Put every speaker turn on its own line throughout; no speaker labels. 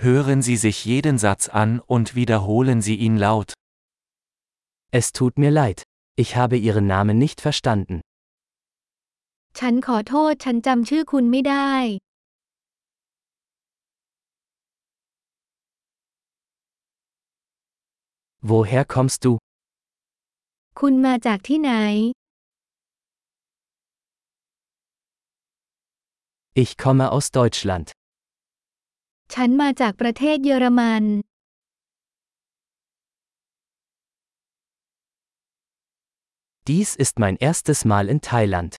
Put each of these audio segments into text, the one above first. Hören Sie sich jeden Satz an und wiederholen Sie ihn laut.
Es tut mir leid. Ich habe Ihren Namen nicht verstanden.
ฉันขอโทษฉันจำชื่อคุณไม่ได้
Woher kommst du?
คุณมาจากที่ไหน
Ich komme aus Deutschland.
ฉันมาจากประเทศเยอรมัน
Dies ist mein erstes Mal in Thailand.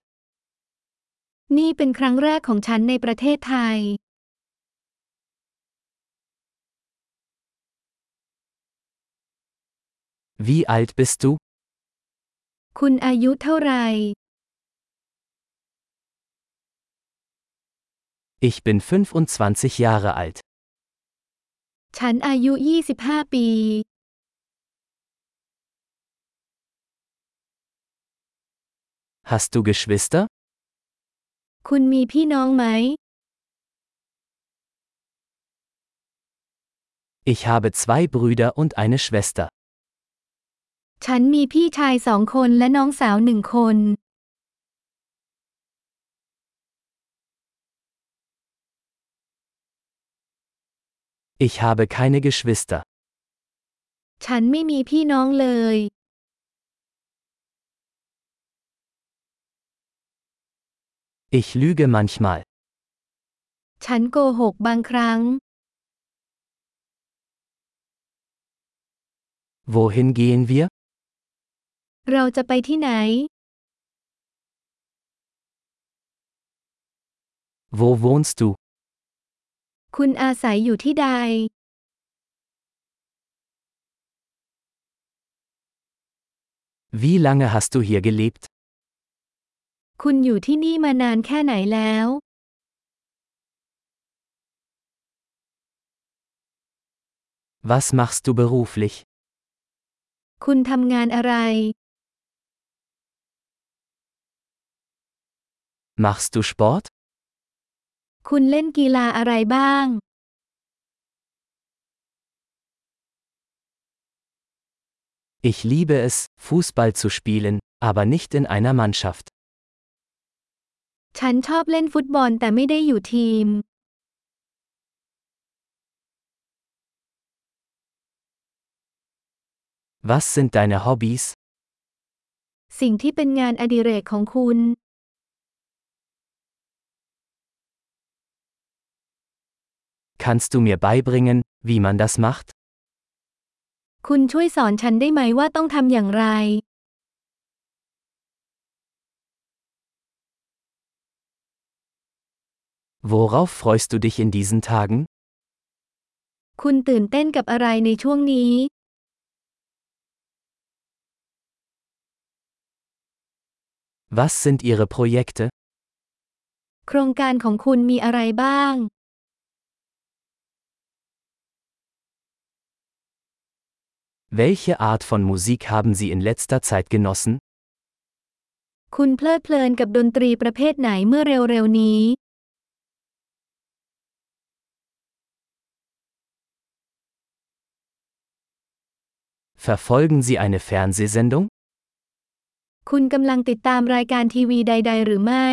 นี่เป็นครั้งแรกของฉันในประเทศไทย
Wie alt bist du?
คุณอายุเท่าไหร่
Ich bin 25 Jahre alt.
ฉันอายุ 25 ปี
Hast du Geschwister?
คุณมีพี่น้องไหม
Ich habe zwei Brüder und eine Schwester.
ฉันมีพี่ชายสองคนและน้องสาวหนึ่งคน
Ich habe keine Geschwister.
ฉันไม่มีพี่น้องเลย
Ich lüge manchmal.
ฉันโกหกบางครั้ง
Wohin gehen wir?
เราจะไปที่ไหน
Wo wohnst du?
คุณอาศัยอยู่ที่ใด
Wie lange hast du hier gelebt?
คุณอยู่ที่นี่มานานแค่ไหนแล้ว
Was machst du beruflich?
คุณทำงานอะไร
Machst du Sport?
คุณเล่นกีฬาอะไรบ้าง
Ich liebe es, Fußball zu spielen, aber nicht in einer Mannschaft.
ฉันชอบเล่นฟุตบอลแต่ไม่ได้อยู่ทีม
Was sind deine Hobbys?
สิ่งที่เป็นงานอดิเรกของคุณ
Kannst du mir beibringen, wie man das macht?
คุณช่วยสอนฉันได้ไหมว่าต้องทำอย่างไร
Worauf freust du dich in diesen Tagen?
คุณตื่นเต้นกับอะไรในช่วงนี้
Was sind ihre Projekte?
โครงการของคุณมีอะไรบ้าง
Welche Art von Musik haben sie in letzter Zeit genossen?
คุณเพลิดเพลินกับดนตรีประเภทไหนเมื่อเร็วๆนี้
Verfolgen sie eine Fernsehsendung?
คุณกำลังติดตามรายการทีวีใด ๆ หรือไม่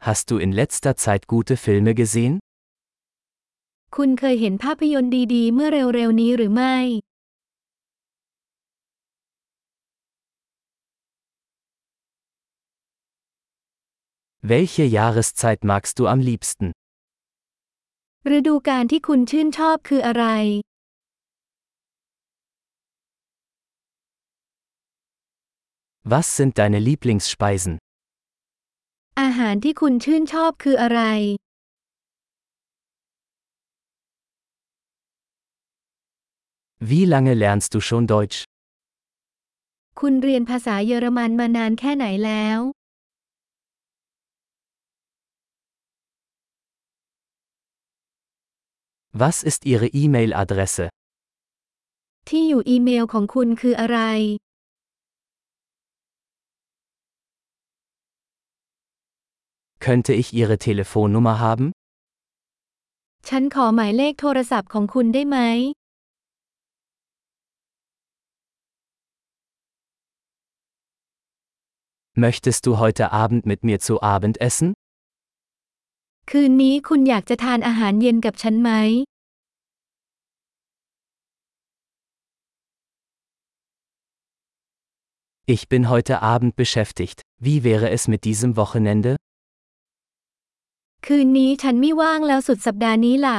Hast du in letzter Zeit gute Filme gesehen?
คุณเคยเห็นภาพยนตร์ดีๆ เมื่อเร็วๆนี้หรือไม่
Welche Jahreszeit magst du am liebsten?
ฤดูกาลที่คุณชื่นชอบคืออะไร
Was sind deine Lieblingsspeisen?
อาหารที่คุณชื่นชอบคืออะไร
Wie lange lernst du schon Deutsch?
คุณเรียนภาษาเยอรมันมานานแค่ไหนแล้ว
Was ist ihre E-Mail-Adresse?
ที่อยู่อีเมลของคุณคืออะไร
Könnte ich Ihre Telefonnummer haben?
ฉันขอหมายเลขโทรศัพท์ของคุณได้ไหม
Möchtest du heute Abend mit mir zu Abend essen?
คืนนี้คุณอยากจะทานอาหารเย็นกับฉันไหม
Ich bin heute Abend beschäftigt. Wie wäre es mit diesem Wochenende?
คืนนี้ฉันไม่ว่างแล้วสุดสัปดาห์นี้ล่ะ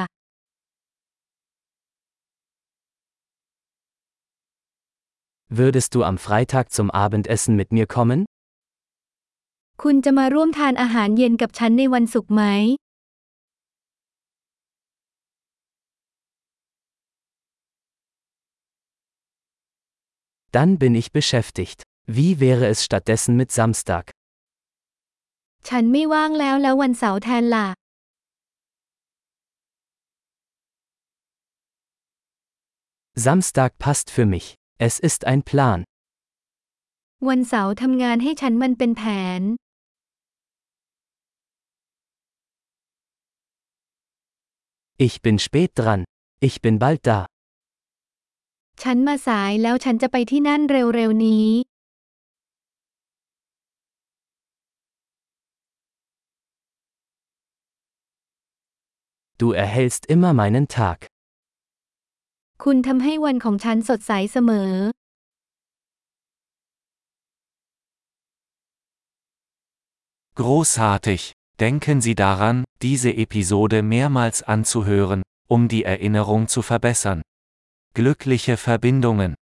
Würdest du am Freitag zum Abendessen mit mir kommen?
คุณจะมาร่วมทานอาหารเย็นกับฉันในวันศุกร์ไหม
Dann bin ich beschäftigt. Wie wäre es stattdessen mit Samstag?
ฉันไม่ว่างแล้วแล้ววันเสาร์แทนล่ะ
Samstag passt für mich. Es ist ein Plan.
วันเสาร์ทำงานให้ฉันมันเป็นแผน
Ich bin spät dran. Ich bin bald da.
ฉันมาสายแล้วฉันจะไปที่นั่นเร็วๆนี้
Du erhältst immer meinen Tag.
คุณทำให้วันของฉันสดใสเสมอ
Großartig! Denken Sie daran, diese Episode mehrmals anzuhören, um die Erinnerung zu verbessern. Glückliche Verbindungen!